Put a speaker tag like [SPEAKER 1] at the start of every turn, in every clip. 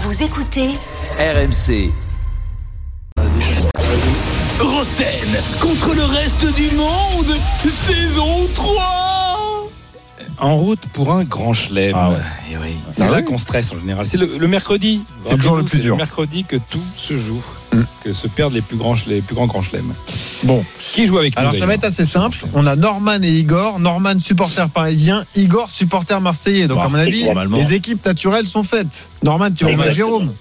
[SPEAKER 1] Vous écoutez
[SPEAKER 2] RMC. Roten contre le reste du monde, saison 3
[SPEAKER 3] En route pour un grand chelem.
[SPEAKER 4] Ah ouais.
[SPEAKER 3] Eh oui.
[SPEAKER 4] Ah
[SPEAKER 3] C'est là
[SPEAKER 4] ouais
[SPEAKER 3] qu'on stresse en général. C'est le, le mercredi.
[SPEAKER 4] C'est le jour le
[SPEAKER 3] Rappelez-vous,
[SPEAKER 4] plus
[SPEAKER 3] c'est
[SPEAKER 4] dur.
[SPEAKER 3] mercredi que tout se joue,
[SPEAKER 4] Mm.
[SPEAKER 3] que se perdent les plus grands, chle- les plus grands grands chelems.
[SPEAKER 4] Bon,
[SPEAKER 3] Qui joue avec nous
[SPEAKER 4] alors ça va être
[SPEAKER 3] d'ailleurs
[SPEAKER 4] assez simple. On a Norman et Igor. Norman, supporter parisien. Igor, supporter marseillais. Donc,
[SPEAKER 3] Bah,
[SPEAKER 4] à mon avis,
[SPEAKER 3] normalement.
[SPEAKER 4] les équipes naturelles sont faites. Norman, tu rejoins
[SPEAKER 3] Exactement.
[SPEAKER 4] Jérôme.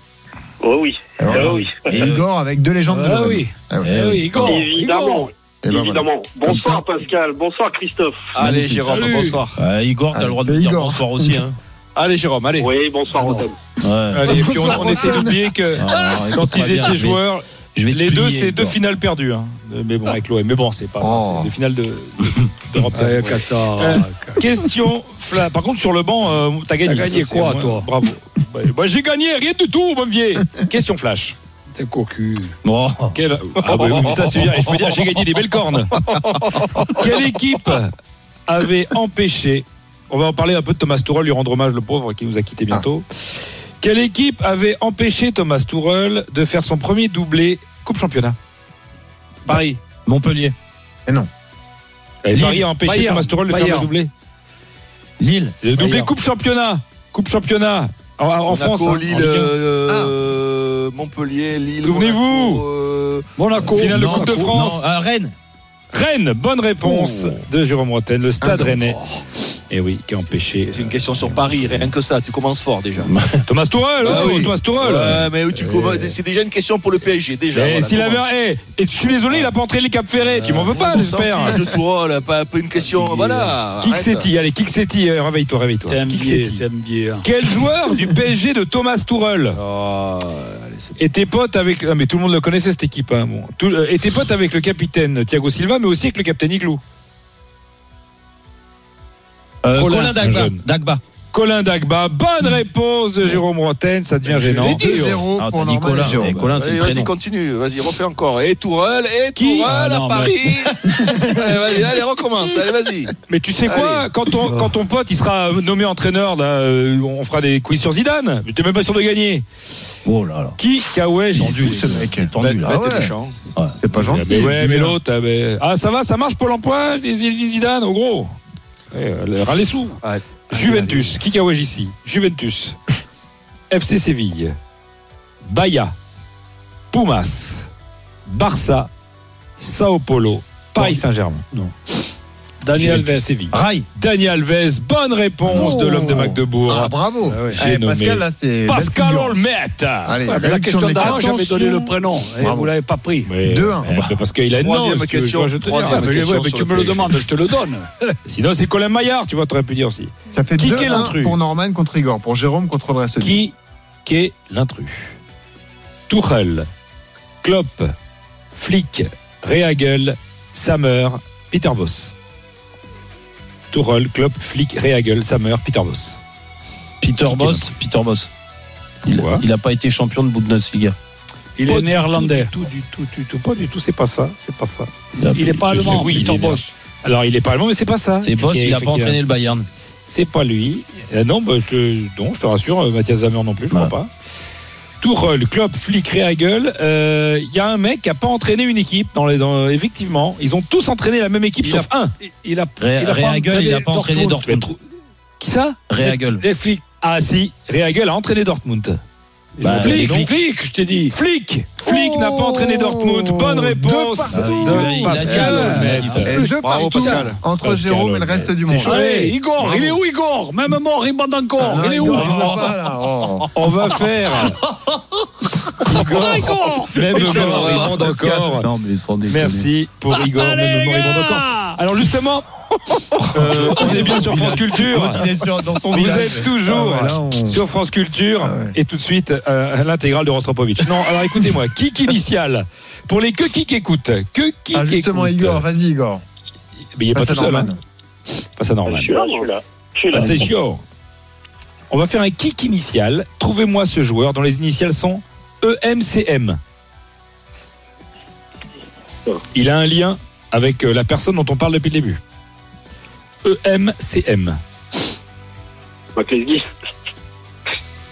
[SPEAKER 5] Oh oui,
[SPEAKER 4] Ah
[SPEAKER 5] Ah
[SPEAKER 4] ouais.
[SPEAKER 5] oui,
[SPEAKER 4] Et Igor avec deux légendes de l'OM. Ah ouais.
[SPEAKER 3] Eh oui, Igor.
[SPEAKER 5] évidemment,
[SPEAKER 3] Igor.
[SPEAKER 4] Eh ben, voilà.
[SPEAKER 5] évidemment.
[SPEAKER 4] Comme
[SPEAKER 5] Bonsoir Pascal, bonsoir Christophe.
[SPEAKER 6] Allez
[SPEAKER 4] Magnifique.
[SPEAKER 6] Jérôme,
[SPEAKER 3] Salut.
[SPEAKER 6] bonsoir. Igor,
[SPEAKER 3] Ah,
[SPEAKER 4] t'as le droit de Allez, dire Ah, Igor. bonsoir aussi, hein.
[SPEAKER 6] Allez Jérôme, allez.
[SPEAKER 5] Oui,
[SPEAKER 4] Ah
[SPEAKER 5] bonsoir Antoine.
[SPEAKER 3] Allez, et puis on,
[SPEAKER 4] Bonsoir,
[SPEAKER 3] on essaie
[SPEAKER 4] Antoine.
[SPEAKER 3] d'oublier que Ah, quand ils étaient joueurs, les deux, c'est deux finales perdues. hein. Mais bon, avec l'OM. Mais bon, c'est pas.
[SPEAKER 4] Oh. Ah,
[SPEAKER 3] C'est des finales de- de- d'Europe.
[SPEAKER 7] Ouais, 400.
[SPEAKER 3] Euh, Question, Fla. Par contre, sur le banc, euh, t'as gagné.
[SPEAKER 7] T'as gagné
[SPEAKER 3] Ça, c'est
[SPEAKER 7] quoi,
[SPEAKER 3] moins-
[SPEAKER 7] toi
[SPEAKER 3] Bravo. Bah, bah, j'ai gagné, rien du tout, mon vieil. Question flash.
[SPEAKER 7] T'es cocu.
[SPEAKER 3] Quelle- Ah bah oui, mais ça c'est bien. Et Je peux dire, j'ai gagné des belles cornes. Quelle équipe avait empêché On va en parler un peu de Thomas Tuchel, lui rendre hommage, le pauvre, qui nous a quitté bientôt. Quelle équipe avait empêché Thomas Tuchel de faire son premier doublé Coupe Championnat
[SPEAKER 6] Paris.
[SPEAKER 8] Montpellier,
[SPEAKER 3] Et
[SPEAKER 7] Lille.
[SPEAKER 3] Eh, Paris a empêché
[SPEAKER 7] Bayern.
[SPEAKER 3] Thomas Tuchel de faire
[SPEAKER 7] Bayern.
[SPEAKER 3] le doublé.
[SPEAKER 8] Lille,
[SPEAKER 3] Le doublé
[SPEAKER 7] Bayern.
[SPEAKER 3] Coupe Championnat. Coupe Championnat en, en France. hein, en
[SPEAKER 6] Monaco, Lille,
[SPEAKER 3] Ligue un.
[SPEAKER 6] euh, Montpellier, Lille.
[SPEAKER 3] Souvenez-vous.
[SPEAKER 6] Monaco, euh,
[SPEAKER 7] Monaco.
[SPEAKER 3] Finale de
[SPEAKER 8] Non,
[SPEAKER 3] Coupe de
[SPEAKER 8] non,
[SPEAKER 3] France.
[SPEAKER 6] ah.
[SPEAKER 5] Ah,
[SPEAKER 8] à Rennes.
[SPEAKER 3] Rennes, bonne réponse
[SPEAKER 6] Oh.
[SPEAKER 3] de Jérôme Rotten, le stade rennais. Et oui, qui a empêché.
[SPEAKER 6] Ah, C'est une question sur Paris, rien que ça, tu commences fort déjà.
[SPEAKER 3] Thomas Tuchel,
[SPEAKER 6] Ah
[SPEAKER 3] oh,
[SPEAKER 6] oui.
[SPEAKER 3] Thomas Tuchel.
[SPEAKER 6] Ouais, mais
[SPEAKER 4] Eh.
[SPEAKER 6] tu commences- c'est déjà une question pour le PSG déjà.
[SPEAKER 3] Eh,
[SPEAKER 6] voilà,
[SPEAKER 3] s'il avait
[SPEAKER 6] commence.
[SPEAKER 3] eh, et je suis désolé, il a pas entré les Cap Ferré. tu m'en veux pas,
[SPEAKER 6] On s'en
[SPEAKER 3] j'espère.
[SPEAKER 6] fiche De toi, là, pas, pas une
[SPEAKER 3] Ah,
[SPEAKER 6] question. Voilà.
[SPEAKER 3] Kick
[SPEAKER 6] arrête.
[SPEAKER 3] Setti, allez, Kick Setti, euh, réveille-toi,
[SPEAKER 7] C'est
[SPEAKER 3] réveille-toi.
[SPEAKER 7] un
[SPEAKER 3] Kick
[SPEAKER 7] biais,
[SPEAKER 3] Setti.
[SPEAKER 7] c'est un biais, hein.
[SPEAKER 3] Quel joueur du PSG de Thomas Tuchel
[SPEAKER 6] Oh, allez, c'est-
[SPEAKER 3] était pote avec ah, mais tout le monde le connaissait cette équipe hein, bon. Tout- euh, était pote avec le capitaine Thiago Silva mais aussi avec le capitaine Igloo.
[SPEAKER 8] Euh,
[SPEAKER 3] Colin,
[SPEAKER 8] Colin Dagba.
[SPEAKER 3] un jeune.
[SPEAKER 8] Dagba.
[SPEAKER 3] Colin Dagba, bonne réponse de Jérôme Rotten, ça devient
[SPEAKER 7] Je
[SPEAKER 3] gênant.
[SPEAKER 7] l'ai dit.
[SPEAKER 4] 2-0
[SPEAKER 8] Ah,
[SPEAKER 4] Oh, pour
[SPEAKER 8] t'as dit
[SPEAKER 4] Norman
[SPEAKER 8] Colin.
[SPEAKER 4] et Jérôme.
[SPEAKER 8] Eh,
[SPEAKER 3] Ah,
[SPEAKER 8] Colin, c'est
[SPEAKER 6] Allez,
[SPEAKER 8] le
[SPEAKER 6] vas-y,
[SPEAKER 8] prénom.
[SPEAKER 6] continue. Vas-y, refais encore. Et Tourelle, et
[SPEAKER 3] Qui
[SPEAKER 6] Tourelle
[SPEAKER 8] Ah, non,
[SPEAKER 6] à
[SPEAKER 8] mais-
[SPEAKER 6] Paris. allez, vas-y, allez, recommence. Allez, vas-y.
[SPEAKER 3] Mais tu sais quoi,
[SPEAKER 6] Allez.
[SPEAKER 3] quand ton, quand ton pote il sera nommé entraîneur, là, euh, on fera des quiz sur Zidane. Mais t'es même pas sûr de gagner.
[SPEAKER 8] Oh là là.
[SPEAKER 3] Qui Kawej
[SPEAKER 8] Tendu,
[SPEAKER 4] ce mec. Ah
[SPEAKER 8] C'est tendu, là.
[SPEAKER 6] Bah, t'es
[SPEAKER 4] ouais.
[SPEAKER 6] méchant.
[SPEAKER 4] C'est pas
[SPEAKER 3] Ah,
[SPEAKER 4] gentil.
[SPEAKER 3] mais ouais, mais l'autre, ah, mais- ah ça va, ça marche Pôle emploi, les îles Zidane, au gros. Eh, euh, râle les sous.
[SPEAKER 6] Ouais.
[SPEAKER 3] Juventus, qui cahouège ici Juventus, FC Séville, Bahia, Pumas, Barça, Sao Paulo, Paris Saint-Germain.
[SPEAKER 7] Daniel
[SPEAKER 3] Juventus,
[SPEAKER 7] Alves.
[SPEAKER 3] Séville.
[SPEAKER 8] Rai.
[SPEAKER 3] Daniel Alves, bonne réponse
[SPEAKER 4] Oh.
[SPEAKER 3] de l'homme de Magdebourg.
[SPEAKER 4] Ah, bravo.
[SPEAKER 7] Ah ouais.
[SPEAKER 4] Eh,
[SPEAKER 3] J'ai nommé
[SPEAKER 4] Pascal, là, c'est.
[SPEAKER 3] Pascal
[SPEAKER 4] belle figure.
[SPEAKER 3] Olmette.
[SPEAKER 4] Allez,
[SPEAKER 8] Ah,
[SPEAKER 7] Ouais, Ah, mais la
[SPEAKER 4] réduction
[SPEAKER 7] question
[SPEAKER 4] de
[SPEAKER 7] d'avant,
[SPEAKER 4] l'écart.
[SPEAKER 7] j'avais donné le prénom. Et
[SPEAKER 4] Bravo.
[SPEAKER 7] vous l'avez pas pris.
[SPEAKER 3] Mais-
[SPEAKER 4] Deux, un.
[SPEAKER 3] eh, mais parce qu'il a une
[SPEAKER 6] Troisième
[SPEAKER 3] nose,
[SPEAKER 6] question,
[SPEAKER 3] je- je te dis.
[SPEAKER 6] troisième.
[SPEAKER 7] Ah, mais,
[SPEAKER 6] question
[SPEAKER 7] ouais, mais
[SPEAKER 6] sur
[SPEAKER 7] tu
[SPEAKER 6] le
[SPEAKER 7] me le
[SPEAKER 6] PSG.
[SPEAKER 7] demandes, je te le donne.
[SPEAKER 3] Sinon, c'est Colin Maillard, tu vois, t'aurais pu dire aussi.
[SPEAKER 4] Ça fait
[SPEAKER 3] Qui est
[SPEAKER 4] 2-1
[SPEAKER 3] l'intrus
[SPEAKER 4] pour Norman contre Igor. Pour Jérôme contre le reste.
[SPEAKER 3] Qui qu'est l'intrus Tuchel, Klopp, Flick, Rehagel, Sammer, Peter Boss. Tuchel, Klopp, Flick, Rehagel, Sammer, Peter Boss.
[SPEAKER 8] Peter
[SPEAKER 3] Qui
[SPEAKER 8] Boss. Peter Boss. Il,
[SPEAKER 3] Quoi
[SPEAKER 8] il a pas été champion de Bundesliga.
[SPEAKER 7] Il
[SPEAKER 3] Pas
[SPEAKER 7] est
[SPEAKER 3] du
[SPEAKER 7] néerlandais.
[SPEAKER 3] Tout du tout, du tout, pas du tout, c'est pas ça, c'est pas ça.
[SPEAKER 8] Il a-
[SPEAKER 7] Il est pas
[SPEAKER 3] Je
[SPEAKER 7] allemand,
[SPEAKER 3] sais, oui,
[SPEAKER 7] Peter
[SPEAKER 3] il est
[SPEAKER 7] Boss.
[SPEAKER 3] Alors, il est pas allemand, mais c'est pas ça.
[SPEAKER 8] C'est Boss,
[SPEAKER 3] Qui est-
[SPEAKER 8] il a pas
[SPEAKER 3] effectivement.
[SPEAKER 8] entraîné le Bayern.
[SPEAKER 3] C'est pas lui. Euh, non, bah, je, non, je te rassure, euh, Mathias Zamer non plus, je
[SPEAKER 8] Voilà.
[SPEAKER 3] crois pas. Tourelle, Klopp, Flick, Rehagel, euh, il y a un mec qui a pas entraîné une équipe. Dans les, dans- effectivement, ils ont tous entraîné la même équipe
[SPEAKER 7] Il
[SPEAKER 3] sauf un.
[SPEAKER 7] Il- Il a
[SPEAKER 8] Ré-
[SPEAKER 7] il a pas
[SPEAKER 8] Rehagel, il a pas entraîné
[SPEAKER 3] Mais
[SPEAKER 8] Dortmund.
[SPEAKER 3] trou- Qui ça
[SPEAKER 8] Rehagel.
[SPEAKER 7] Les flics.
[SPEAKER 3] Ah si, Rehagel a entraîné Dortmund.
[SPEAKER 8] Bah,
[SPEAKER 3] flic,
[SPEAKER 8] donc-
[SPEAKER 3] flic, je t'ai dit. Flick, Flick n'a pas entraîné Dortmund. Bonne
[SPEAKER 4] Deux
[SPEAKER 3] réponse
[SPEAKER 4] partout.
[SPEAKER 3] de Pascal
[SPEAKER 7] Ah,
[SPEAKER 3] Olmette.
[SPEAKER 8] il a dit-
[SPEAKER 4] Et deux
[SPEAKER 6] Bravo,
[SPEAKER 4] partout
[SPEAKER 6] Pascal.
[SPEAKER 4] entre
[SPEAKER 3] Pascal
[SPEAKER 4] Jérôme et le reste du
[SPEAKER 3] C'est
[SPEAKER 4] monde.
[SPEAKER 3] chaud.
[SPEAKER 7] Allez, Igor, il est où Igor Même mort, il bande
[SPEAKER 4] Ah,
[SPEAKER 7] encore.
[SPEAKER 4] non,
[SPEAKER 7] il est où
[SPEAKER 4] Igor, il
[SPEAKER 7] Igor
[SPEAKER 4] va pas, là. Oh.
[SPEAKER 3] On va faire
[SPEAKER 7] Ah, Igor
[SPEAKER 3] même
[SPEAKER 6] Putain,
[SPEAKER 3] mort, il
[SPEAKER 6] Pascal.
[SPEAKER 3] demande encore.
[SPEAKER 8] Non, mais sans déconner.
[SPEAKER 3] Merci pour Igor, même mort, il demande encore. Alors justement, Euh, on est bien sur France Culture.
[SPEAKER 8] Quand il est sur- dans son
[SPEAKER 3] Vous
[SPEAKER 8] village.
[SPEAKER 3] êtes toujours
[SPEAKER 4] Ah ouais, là, on-
[SPEAKER 3] sur France Culture
[SPEAKER 4] Ah ouais.
[SPEAKER 3] et tout de suite euh, l'intégrale de Rostropovitch. Non, alors écoutez-moi, kick initial pour les que qui écoutent, que qui
[SPEAKER 4] Ah, justement,
[SPEAKER 3] écoute.
[SPEAKER 4] Igor, vas-y, Igor.
[SPEAKER 3] Mais il n'est pas
[SPEAKER 4] Face à
[SPEAKER 3] tout seul,
[SPEAKER 4] Norman.
[SPEAKER 3] hein. face à Norman.
[SPEAKER 5] Je suis là, je suis là. Je suis là.
[SPEAKER 8] Ah,
[SPEAKER 3] Attention, on va faire un kick initial. Trouvez-moi ce joueur dont les initiales sont E EMCM. Il a un lien avec euh, la personne dont on parle depuis le début. E EMCM.
[SPEAKER 5] McLesguy.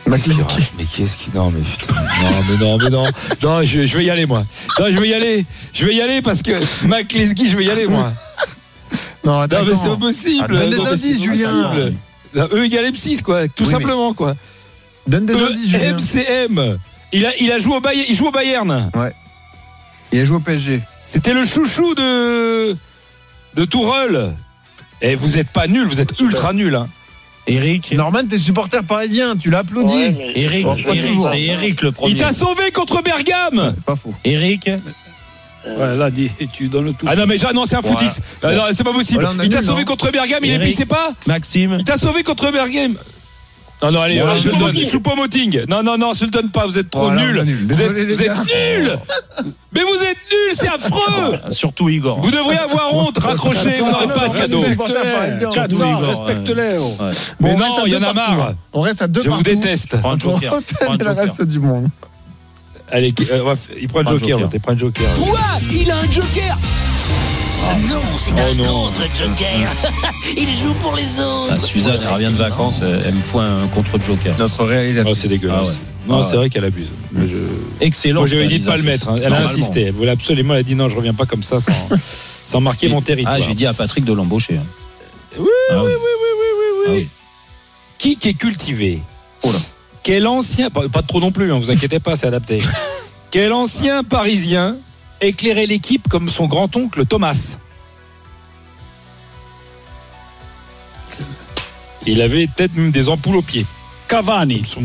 [SPEAKER 4] Bah, McCleskey.
[SPEAKER 3] Mais qu'est-ce qui. Non, mais putain. Non, mais non, mais non. Non, je, je vais y aller, moi. Non, je vais y aller. Je vais y aller parce que Mac Lesguy, je vais y aller, moi.
[SPEAKER 4] Non,
[SPEAKER 3] Non,
[SPEAKER 4] Bah, attends.
[SPEAKER 3] mais c'est pas possible.
[SPEAKER 4] Donne des
[SPEAKER 3] Non, mais c'est
[SPEAKER 4] indices,
[SPEAKER 3] pas
[SPEAKER 4] Julien.
[SPEAKER 3] possible. Non, E égale M6, quoi. Tout
[SPEAKER 4] Oui, mais-
[SPEAKER 3] simplement, quoi.
[SPEAKER 4] Donne des indices,
[SPEAKER 3] E
[SPEAKER 4] Julien.
[SPEAKER 3] MCM. Il a, il a joué au Bayern. Il joue au Bayern.
[SPEAKER 4] Il a joué au PSG.
[SPEAKER 3] C'était le chouchou de. de Tourelle. Et vous êtes pas nul, vous êtes ultra nul. Hein.
[SPEAKER 8] Eric.
[SPEAKER 4] Norman, t'es supporter parisien, tu l'applaudis.
[SPEAKER 5] Ouais, mais-
[SPEAKER 8] Eric,
[SPEAKER 5] Bon, pas
[SPEAKER 8] Eric,
[SPEAKER 5] toujours.
[SPEAKER 8] c'est Eric le
[SPEAKER 3] Il
[SPEAKER 8] premier.
[SPEAKER 3] t'a sauvé contre Bergame.
[SPEAKER 4] C'est pas faux.
[SPEAKER 8] Eric.
[SPEAKER 7] Ouais, là, dis, tu donnes le tout.
[SPEAKER 3] Ah non, mais ja- non, c'est un
[SPEAKER 8] Voilà.
[SPEAKER 3] footix. Ah non, c'est pas possible.
[SPEAKER 4] Voilà, on a
[SPEAKER 3] Il t'a
[SPEAKER 4] nul,
[SPEAKER 3] sauvé
[SPEAKER 4] non
[SPEAKER 3] contre Bergame, il est
[SPEAKER 8] Eric.
[SPEAKER 3] pissé pas
[SPEAKER 8] Maxime.
[SPEAKER 3] Il t'a sauvé contre Bergame. Non, non, allez,
[SPEAKER 8] Bon,
[SPEAKER 3] euh,
[SPEAKER 8] alors,
[SPEAKER 3] je le donne.
[SPEAKER 5] Choupo-Moting.
[SPEAKER 3] Choupo-Moting. Non, non, non, je le donne pas, vous êtes trop
[SPEAKER 4] Voilà, on
[SPEAKER 3] nuls.
[SPEAKER 4] est nuls.
[SPEAKER 3] Vous êtes,
[SPEAKER 4] Désolé, les
[SPEAKER 3] vous êtes
[SPEAKER 4] gars.
[SPEAKER 3] nuls Mais vous êtes nuls, c'est affreux
[SPEAKER 8] Surtout Igor.
[SPEAKER 3] Vous devriez avoir honte, raccrochez, vous n'aurez pas de cadeau.
[SPEAKER 4] Respecte-les,
[SPEAKER 7] Respecte-les.
[SPEAKER 4] Cadeau,
[SPEAKER 7] Cadeau,
[SPEAKER 8] Igor,
[SPEAKER 7] Respecte-les. oh.
[SPEAKER 3] Mais
[SPEAKER 4] on
[SPEAKER 3] non,
[SPEAKER 4] reste à
[SPEAKER 3] il y
[SPEAKER 4] deux
[SPEAKER 3] en a
[SPEAKER 4] partout,
[SPEAKER 3] marre.
[SPEAKER 4] hein. On reste à deux
[SPEAKER 3] Je vous
[SPEAKER 4] partout.
[SPEAKER 3] déteste.
[SPEAKER 8] Prends un
[SPEAKER 4] On
[SPEAKER 8] joker. Prends un
[SPEAKER 4] le
[SPEAKER 8] joker.
[SPEAKER 4] reste du monde.
[SPEAKER 3] Allez, qui- euh, on va f- il prend le
[SPEAKER 8] Prends un
[SPEAKER 3] joker,
[SPEAKER 8] joker.
[SPEAKER 3] t'es prends le joker.
[SPEAKER 2] Quoi Il a un joker Non, c'est
[SPEAKER 3] Oh non.
[SPEAKER 2] joker. Il joue pour les autres.
[SPEAKER 8] Ah, Suzanne, elle revient de vacances, elle elle me fout un contre Joker.
[SPEAKER 4] Notre
[SPEAKER 3] Oh,
[SPEAKER 4] réalisateur.
[SPEAKER 3] c'est dégueulasse.
[SPEAKER 8] Ah ouais.
[SPEAKER 3] Non,
[SPEAKER 8] Ah
[SPEAKER 3] c'est
[SPEAKER 8] ouais.
[SPEAKER 3] vrai qu'elle abuse. Mais je-
[SPEAKER 8] Excellent.
[SPEAKER 3] Moi, j'avais dit de
[SPEAKER 8] réalisation.
[SPEAKER 3] pas le mettre. hein. Elle a
[SPEAKER 8] Normalement.
[SPEAKER 3] insisté. Elle voulait absolument. Elle a dit non, je reviens pas comme ça sans, sans marquer mon territoire.
[SPEAKER 8] Ah, j'ai dit à Patrick de l'embaucher. hein.
[SPEAKER 3] Oui,
[SPEAKER 8] Ah oui,
[SPEAKER 3] oui, oui, oui, oui. Qui qui est cultivé
[SPEAKER 7] Oh
[SPEAKER 3] Quel ancien, pas, pas trop non plus, hein, vous inquiétez pas, c'est adapté. Quel ancien Parisien éclairait l'équipe comme son grand-oncle Thomas Il avait peut-être même des ampoules aux pieds.
[SPEAKER 7] Cavani.
[SPEAKER 3] Son-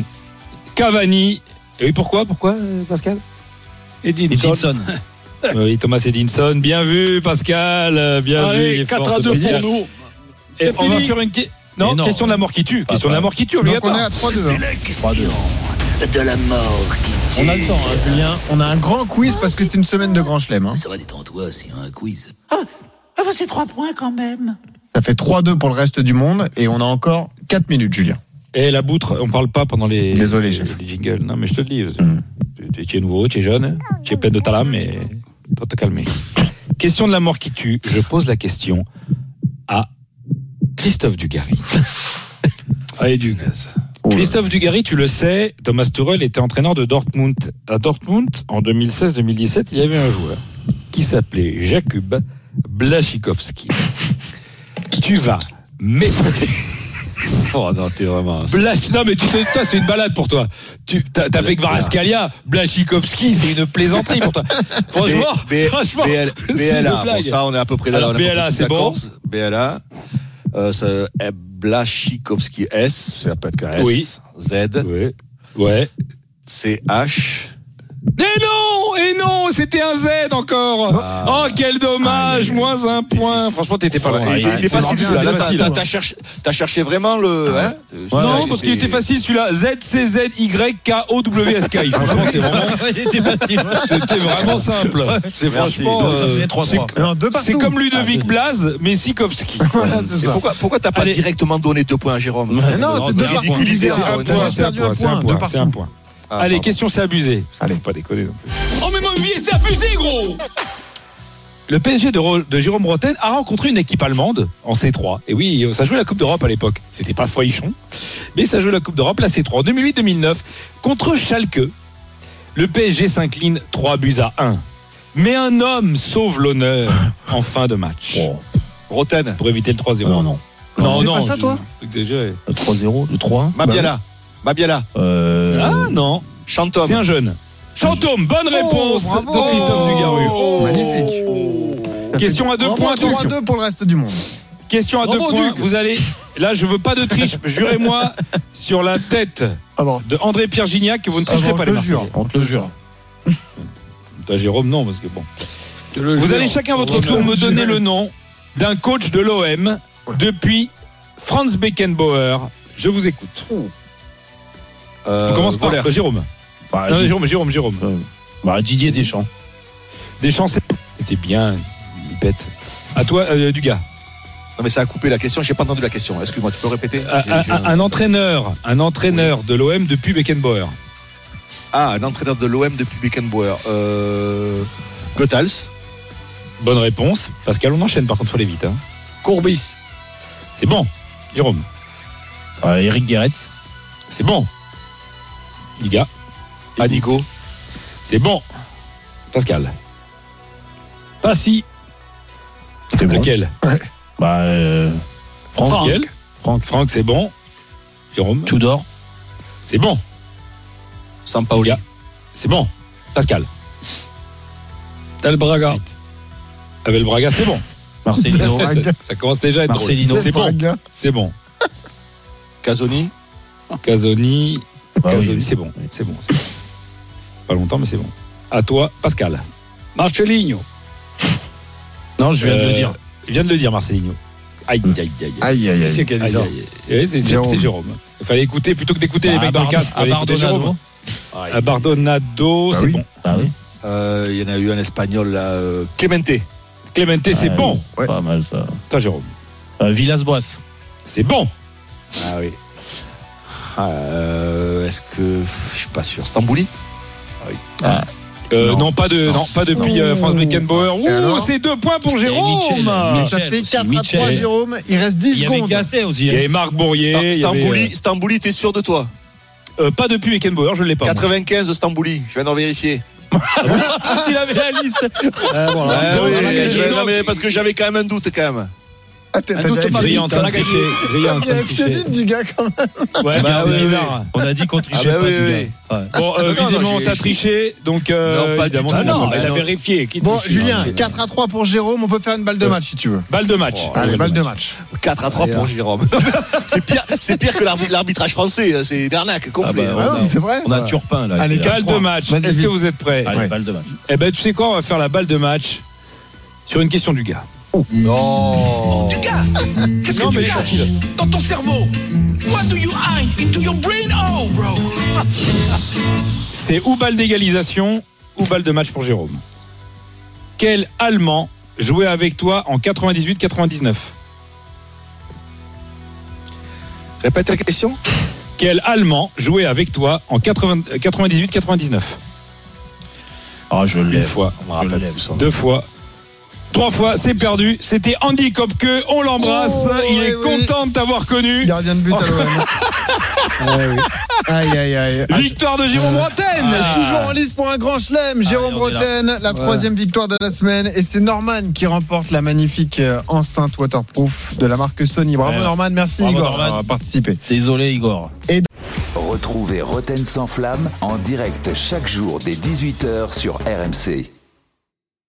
[SPEAKER 3] Cavani. Et oui, pourquoi Pourquoi, euh, Pascal
[SPEAKER 8] Et
[SPEAKER 7] Edinson.
[SPEAKER 8] Dixon.
[SPEAKER 7] Eh.
[SPEAKER 3] Oui, Thomas Edinson. Bien vu, Pascal. euh, Bien vu.
[SPEAKER 7] Allez,
[SPEAKER 3] les
[SPEAKER 7] 4
[SPEAKER 3] forces
[SPEAKER 7] à 2
[SPEAKER 3] spéciales.
[SPEAKER 7] pour nous.
[SPEAKER 3] Et
[SPEAKER 7] C'est
[SPEAKER 3] on va
[SPEAKER 7] fini.
[SPEAKER 3] faire une qui- non,
[SPEAKER 8] Mais non.
[SPEAKER 3] question de la mort qui tue. Question de la mort qui tue,
[SPEAKER 4] Donc on
[SPEAKER 3] obligatoire.
[SPEAKER 4] est à 3-2. hein.
[SPEAKER 2] la question de la mort qui
[SPEAKER 8] On a le temps, hein, Julien.
[SPEAKER 4] On a un grand quiz parce que c'est une semaine de grand chelem. hein.
[SPEAKER 2] Ça va, détends-toi, c'est un quiz.
[SPEAKER 9] Ah bah c'est trois points quand même.
[SPEAKER 4] Ça fait 3-2 pour le reste du monde et on a encore 4 minutes, Julien.
[SPEAKER 3] Et la boutre, on parle pas pendant les,
[SPEAKER 4] Désolé,
[SPEAKER 3] les-
[SPEAKER 4] chef.
[SPEAKER 3] les jingles. Non, mais je te le dis.
[SPEAKER 4] Mm.
[SPEAKER 3] Tu- Tu es nouveau, tu es jeune, tu es plein de talent, mais dois te calmer. Question de la mort qui tue. Je pose la question à Christophe Dugarry.
[SPEAKER 7] Allez, du.
[SPEAKER 4] Oh là.
[SPEAKER 3] Christophe Dugarry, tu le sais, Thomas Tuchel était entraîneur de Dortmund. À Dortmund, en 2016-2017, il y avait un joueur qui s'appelait Jakub Blachikowski. tu vas mépriser
[SPEAKER 6] Oh non, t'es vraiment.
[SPEAKER 3] Blach- non mais tu te- toi, c'est une balade pour toi. Tu t'as, t'as fait que Varascalia, Blachikowski, c'est une plaisanterie pour toi. Franchement,
[SPEAKER 6] B-
[SPEAKER 3] franchement,
[SPEAKER 6] BL-
[SPEAKER 3] c'est
[SPEAKER 6] BLA,
[SPEAKER 3] une blague.
[SPEAKER 6] bon, ça on est à peu près là.
[SPEAKER 3] Alors,
[SPEAKER 6] on est à peu
[SPEAKER 3] BLA,
[SPEAKER 6] près
[SPEAKER 3] c'est
[SPEAKER 6] d'accord.
[SPEAKER 3] bon.
[SPEAKER 6] BLA, euh, ça, eh, Blachikovski S, ça peut être qu'un S.
[SPEAKER 3] Oui.
[SPEAKER 6] Z,
[SPEAKER 3] Ouais. Ouais.
[SPEAKER 6] C, H.
[SPEAKER 3] Et non, et non, c'était un Z encore.
[SPEAKER 6] Ah.
[SPEAKER 3] Oh quel dommage,
[SPEAKER 6] Ah,
[SPEAKER 3] moins un point.
[SPEAKER 6] difficile.
[SPEAKER 3] Franchement, t'étais pas loin.
[SPEAKER 6] Il
[SPEAKER 3] Ouais,
[SPEAKER 6] il était
[SPEAKER 3] c'est
[SPEAKER 6] facile
[SPEAKER 3] bien,
[SPEAKER 6] celui-là.
[SPEAKER 3] c'était facile. hein.
[SPEAKER 6] Là, t'as- T'as t'as cherché, t'as cherché vraiment le. hein
[SPEAKER 3] non, parce qu'il était facile celui-là. Z C Z Y K O W S K. Franchement, c'est vraiment,
[SPEAKER 8] Il était facile.
[SPEAKER 3] c'était vraiment simple. C'est
[SPEAKER 6] Merci.
[SPEAKER 3] franchement,
[SPEAKER 6] Donc,
[SPEAKER 8] ça
[SPEAKER 3] euh,
[SPEAKER 8] fait trois
[SPEAKER 3] c'est-
[SPEAKER 8] points.
[SPEAKER 4] Non, deux partout.
[SPEAKER 3] c'est comme Ludovic Blaze, mais Sikowski.
[SPEAKER 4] Voilà, c'est
[SPEAKER 6] Et
[SPEAKER 4] ça.
[SPEAKER 6] pourquoi, pourquoi t'as pas
[SPEAKER 3] Allez.
[SPEAKER 6] directement donné deux points à Jérôme
[SPEAKER 4] Mais non, c'est deux
[SPEAKER 6] c'est
[SPEAKER 4] partout.
[SPEAKER 6] ridiculisé,
[SPEAKER 4] Julien.
[SPEAKER 6] c'est un
[SPEAKER 4] On a
[SPEAKER 6] point,
[SPEAKER 4] perdu
[SPEAKER 3] c'est un point, c'est un
[SPEAKER 4] deux
[SPEAKER 3] point, c'est un
[SPEAKER 4] partout.
[SPEAKER 3] point.
[SPEAKER 6] Ah,
[SPEAKER 3] Allez,
[SPEAKER 6] pardon.
[SPEAKER 3] question, c'est abusé. Parce qu'il faut pas déconner non plus. Oh, mais mon vieux, c'est abusé, gros Le PSG de, Ro- de Jérôme Roten a rencontré une équipe allemande en C3. Et oui, euh, ça jouait la Coupe d'Europe à l'époque. C'était pas Foichon, mais ça jouait la Coupe d'Europe, la C3, en 2008-2009, contre Schalke. Le PSG s'incline 3 buts à 1. Mais un homme sauve l'honneur en fin de match.
[SPEAKER 6] Roten,
[SPEAKER 3] Pour éviter le 3-0.
[SPEAKER 8] Oh, Non, non.
[SPEAKER 3] non,
[SPEAKER 4] Euh, C'est
[SPEAKER 3] non,
[SPEAKER 4] pas ça,
[SPEAKER 3] je-
[SPEAKER 4] toi
[SPEAKER 3] exagéré.
[SPEAKER 8] Le 3-0, le 3-1.
[SPEAKER 3] Bah
[SPEAKER 6] Mabiala, Mabiala,
[SPEAKER 8] Euh,
[SPEAKER 3] Ah non,
[SPEAKER 6] Chantom.
[SPEAKER 3] c'est un jeune. Chantôme, bonne réponse de Christophe Dugarry.
[SPEAKER 6] Oh.
[SPEAKER 4] Magnifique.
[SPEAKER 3] Question à deux
[SPEAKER 7] Bravo,
[SPEAKER 3] points, attention.
[SPEAKER 4] 3-2 pour le reste du monde.
[SPEAKER 3] Question à deux
[SPEAKER 7] Bravo,
[SPEAKER 3] points.
[SPEAKER 7] Duc.
[SPEAKER 3] Vous allez. Là, je veux pas de triche. Jurez-moi sur la tête
[SPEAKER 4] Ah bon.
[SPEAKER 3] de André Pierre Gignac que vous ne
[SPEAKER 4] Ah bon,
[SPEAKER 3] tricherez
[SPEAKER 4] on
[SPEAKER 3] pas
[SPEAKER 4] te
[SPEAKER 3] les
[SPEAKER 4] le jure.
[SPEAKER 3] Marseillais.
[SPEAKER 8] On te le jure.
[SPEAKER 3] Toi, Jérôme, non, parce que bon.
[SPEAKER 7] Je te le
[SPEAKER 3] Vous
[SPEAKER 7] jure.
[SPEAKER 3] allez chacun à votre
[SPEAKER 7] Bravo,
[SPEAKER 3] tour me
[SPEAKER 4] Jérôme.
[SPEAKER 3] donner le nom d'un coach de l'OM depuis Franz Beckenbauer. Je vous écoute. On
[SPEAKER 6] Euh,
[SPEAKER 3] commence par
[SPEAKER 6] Boller.
[SPEAKER 3] Jérôme.
[SPEAKER 8] Bah,
[SPEAKER 3] Non,
[SPEAKER 8] Di-
[SPEAKER 3] Jérôme, Jérôme, Jérôme.
[SPEAKER 8] bah, Didier Deschamps.
[SPEAKER 3] Deschamps, c'est c'est bien. Il pète. À toi, euh, Dugas.
[SPEAKER 6] Non, mais ça a coupé la question. J'ai pas entendu la question. Excuse-moi, tu peux répéter
[SPEAKER 3] Un,
[SPEAKER 6] J'ai- j'ai
[SPEAKER 3] un- un entraîneur, un entraîneur de l'OM depuis Beckenbauer.
[SPEAKER 6] Ah, un entraîneur de l'OM depuis Beckenbauer. Euh... Goethals.
[SPEAKER 3] Bonne réponse. Pascal, on enchaîne par contre, faut aller vite. hein.
[SPEAKER 7] Courbis.
[SPEAKER 3] C'est bon, Jérôme.
[SPEAKER 8] Euh, Eric Guéret.
[SPEAKER 3] C'est bon. Dugas.
[SPEAKER 6] Anigo.
[SPEAKER 3] C'est bon. Pascal.
[SPEAKER 7] Passy.
[SPEAKER 8] C'est bon.
[SPEAKER 3] Lequel
[SPEAKER 8] Bah, euh, Franck.
[SPEAKER 7] Franck.
[SPEAKER 3] Lequel
[SPEAKER 8] Franck.
[SPEAKER 3] Franck, c'est bon. Jérôme.
[SPEAKER 8] Tudor.
[SPEAKER 3] C'est bon.
[SPEAKER 6] Sampaoli.
[SPEAKER 3] Gars. C'est bon. Pascal.
[SPEAKER 7] Del
[SPEAKER 8] Ah.
[SPEAKER 7] Braga.
[SPEAKER 3] Abel Braga, c'est bon.
[SPEAKER 8] Marcelino.
[SPEAKER 3] ça, ça commence déjà à être drôle.
[SPEAKER 8] Marcelino.
[SPEAKER 3] C'est bon.
[SPEAKER 4] Braga.
[SPEAKER 3] C'est bon.
[SPEAKER 6] Casoni.
[SPEAKER 8] Ah.
[SPEAKER 3] Casoni.
[SPEAKER 8] Bah oui.
[SPEAKER 3] Casoni, Ah c'est bon. C'est bon. c'est bon. Pas longtemps, mais c'est bon. À toi, Pascal.
[SPEAKER 7] Marcelinho.
[SPEAKER 8] Non, je viens
[SPEAKER 3] Euh,
[SPEAKER 8] de le dire.
[SPEAKER 3] Je viens de le dire, Marcelinho. Aïe, aïe, aïe. aïe.
[SPEAKER 4] Aïe, aïe,
[SPEAKER 7] Qui c'est
[SPEAKER 4] aïe.
[SPEAKER 7] qui a dit
[SPEAKER 3] Aïe,
[SPEAKER 7] ça
[SPEAKER 3] aïe, aïe. Ouais, c'est- c'est-
[SPEAKER 4] Ah, Jérôme.
[SPEAKER 3] C'est Jérôme. Il fallait écouter, plutôt que d'écouter les
[SPEAKER 8] Bah,
[SPEAKER 3] mecs dans le casque, il fallait écouter Jérôme.
[SPEAKER 8] Abardonado.
[SPEAKER 3] À Bardonado,
[SPEAKER 4] Bah
[SPEAKER 3] c'est
[SPEAKER 4] oui.
[SPEAKER 3] bon.
[SPEAKER 8] Bah oui.
[SPEAKER 6] Euh, Il y en a eu un espagnol là. euh, Clemente.
[SPEAKER 3] Clémenté, c'est
[SPEAKER 8] Ah,
[SPEAKER 3] bon.
[SPEAKER 4] Ouais.
[SPEAKER 8] Pas mal ça.
[SPEAKER 3] Toi, Jérôme.
[SPEAKER 8] Euh, Villas-Boas.
[SPEAKER 3] C'est bon.
[SPEAKER 6] Ah oui. Ah, euh, Est-ce que. Je suis pas sûr. Stambouli.
[SPEAKER 3] Euh, non.
[SPEAKER 8] Non.
[SPEAKER 3] pas de, non, pas depuis euh, France Beckenbauer. Ouh,
[SPEAKER 4] alors
[SPEAKER 3] c'est deux points pour Jérôme.
[SPEAKER 8] Mitchell.
[SPEAKER 4] Mais
[SPEAKER 8] Mitchell.
[SPEAKER 4] ça fait
[SPEAKER 8] aussi,
[SPEAKER 4] 4 à
[SPEAKER 8] Mitchell.
[SPEAKER 4] 3, Jérôme. Il reste
[SPEAKER 8] Il
[SPEAKER 4] 10
[SPEAKER 8] y avait
[SPEAKER 4] secondes.
[SPEAKER 8] Gasset aussi.
[SPEAKER 3] Il y
[SPEAKER 8] hein.
[SPEAKER 3] avait Marc Bourrier. il y
[SPEAKER 6] Stam-
[SPEAKER 3] avait,
[SPEAKER 6] Ah, Stambouli, Stambouli, t'es sûr de toi
[SPEAKER 3] euh, euh, pas depuis Beckenbauer, je ne l'ai pas.
[SPEAKER 6] 95 Stambouli, je viens d'en vérifier.
[SPEAKER 8] Ah, il avait la liste.
[SPEAKER 7] Euh, voilà.
[SPEAKER 6] Ah
[SPEAKER 3] donc,
[SPEAKER 6] oui,
[SPEAKER 3] donc,
[SPEAKER 6] je vais-
[SPEAKER 3] donc,
[SPEAKER 6] non, mais parce que j'avais quand même un doute quand même.
[SPEAKER 4] Ah, t'as-
[SPEAKER 7] Un
[SPEAKER 4] t'as
[SPEAKER 7] doute
[SPEAKER 4] bien-
[SPEAKER 7] pas
[SPEAKER 3] Brillant, en train de
[SPEAKER 7] Putain,
[SPEAKER 3] tricher. Brillant, en
[SPEAKER 4] Il
[SPEAKER 3] train de
[SPEAKER 4] a fait
[SPEAKER 3] tricher.
[SPEAKER 4] vite du gars quand même.
[SPEAKER 3] Ouais,
[SPEAKER 6] Bah,
[SPEAKER 3] c'est
[SPEAKER 6] oui,
[SPEAKER 3] bizarre.
[SPEAKER 8] On a dit qu'on trichait
[SPEAKER 6] Ah bah
[SPEAKER 8] pas.
[SPEAKER 6] oui,
[SPEAKER 8] du
[SPEAKER 6] oui,
[SPEAKER 8] gars. Ouais.
[SPEAKER 3] Bon, euh,
[SPEAKER 6] Non, non,
[SPEAKER 3] visiblement,
[SPEAKER 6] j'ai-
[SPEAKER 3] t'as triché, donc euh,
[SPEAKER 6] Non, pas du
[SPEAKER 3] évidemment,
[SPEAKER 6] tout.
[SPEAKER 3] tu
[SPEAKER 7] Ah
[SPEAKER 3] n'as
[SPEAKER 7] non,
[SPEAKER 3] pas
[SPEAKER 7] elle a
[SPEAKER 3] mal.
[SPEAKER 7] vérifié. Qui
[SPEAKER 4] Bon,
[SPEAKER 7] triche
[SPEAKER 4] Julien,
[SPEAKER 6] j'ai-
[SPEAKER 4] 4 à 3 pour Jérôme. On peut faire une balle de match si tu veux.
[SPEAKER 3] balle de match.
[SPEAKER 6] Oh,
[SPEAKER 4] Allez, balle de match.
[SPEAKER 6] 4 à 3 pour Jérôme. c'est pire, c'est pire que l'arbi- l'arbitrage français, hein, c'est d'arnaque complet.
[SPEAKER 8] Ah bah,
[SPEAKER 4] Ah
[SPEAKER 8] on
[SPEAKER 4] non,
[SPEAKER 8] a-
[SPEAKER 4] C'est vrai
[SPEAKER 8] On a Turpin là.
[SPEAKER 4] Allez,
[SPEAKER 8] qui est là.
[SPEAKER 3] Balle de match.
[SPEAKER 4] Vas-y,
[SPEAKER 3] Est-ce
[SPEAKER 4] vite.
[SPEAKER 3] que vous êtes prêts
[SPEAKER 6] Ah.
[SPEAKER 8] Allez,
[SPEAKER 4] Ouais.
[SPEAKER 8] balle de match.
[SPEAKER 3] Eh ben, tu sais quoi, on va faire la balle de match sur une question du gars.
[SPEAKER 6] Oh. Non.
[SPEAKER 2] Dugas, qu'est-ce
[SPEAKER 3] Non,
[SPEAKER 2] que tu
[SPEAKER 3] mais les
[SPEAKER 2] caches
[SPEAKER 3] sourcils.
[SPEAKER 2] dans ton cerveau What do you hide into your brain? Oh, bro
[SPEAKER 3] C'est ou balle d'égalisation ou balle de match pour Jérôme. Quel Allemand jouait avec toi en 98-99
[SPEAKER 6] Répète la question.
[SPEAKER 3] Quel Allemand jouait avec toi en 80 98-99
[SPEAKER 8] Ah, je
[SPEAKER 3] Une
[SPEAKER 8] lève.
[SPEAKER 3] fois,
[SPEAKER 6] On me rappelle plus son nom.
[SPEAKER 3] deux fois, trois fois, c'est perdu. C'était Andy Kopke, on l'embrasse.
[SPEAKER 4] Oh,
[SPEAKER 3] Il
[SPEAKER 4] oui,
[SPEAKER 3] est
[SPEAKER 4] oui.
[SPEAKER 3] content de t'avoir connu.
[SPEAKER 4] Gardien de but à l'OM. Ouais, oui. Aïe, aïe, aïe. Ah,
[SPEAKER 3] Victoire de Jérôme Bretagne.
[SPEAKER 8] Ah.
[SPEAKER 4] Toujours en lice pour un grand chelem, Jérôme
[SPEAKER 8] on est là.
[SPEAKER 4] Bretagne, la troisième victoire de la semaine. Et c'est Norman qui remporte la magnifique euh, enceinte waterproof de la marque Sony. Bravo
[SPEAKER 8] Ouais.
[SPEAKER 4] Norman, merci
[SPEAKER 8] Bravo,
[SPEAKER 4] Igor
[SPEAKER 8] Norman.
[SPEAKER 4] d'avoir participé.
[SPEAKER 8] Désolé, Igor.
[SPEAKER 10] Retrouvez Roten sans flamme en direct chaque jour dès 18h sur RMC.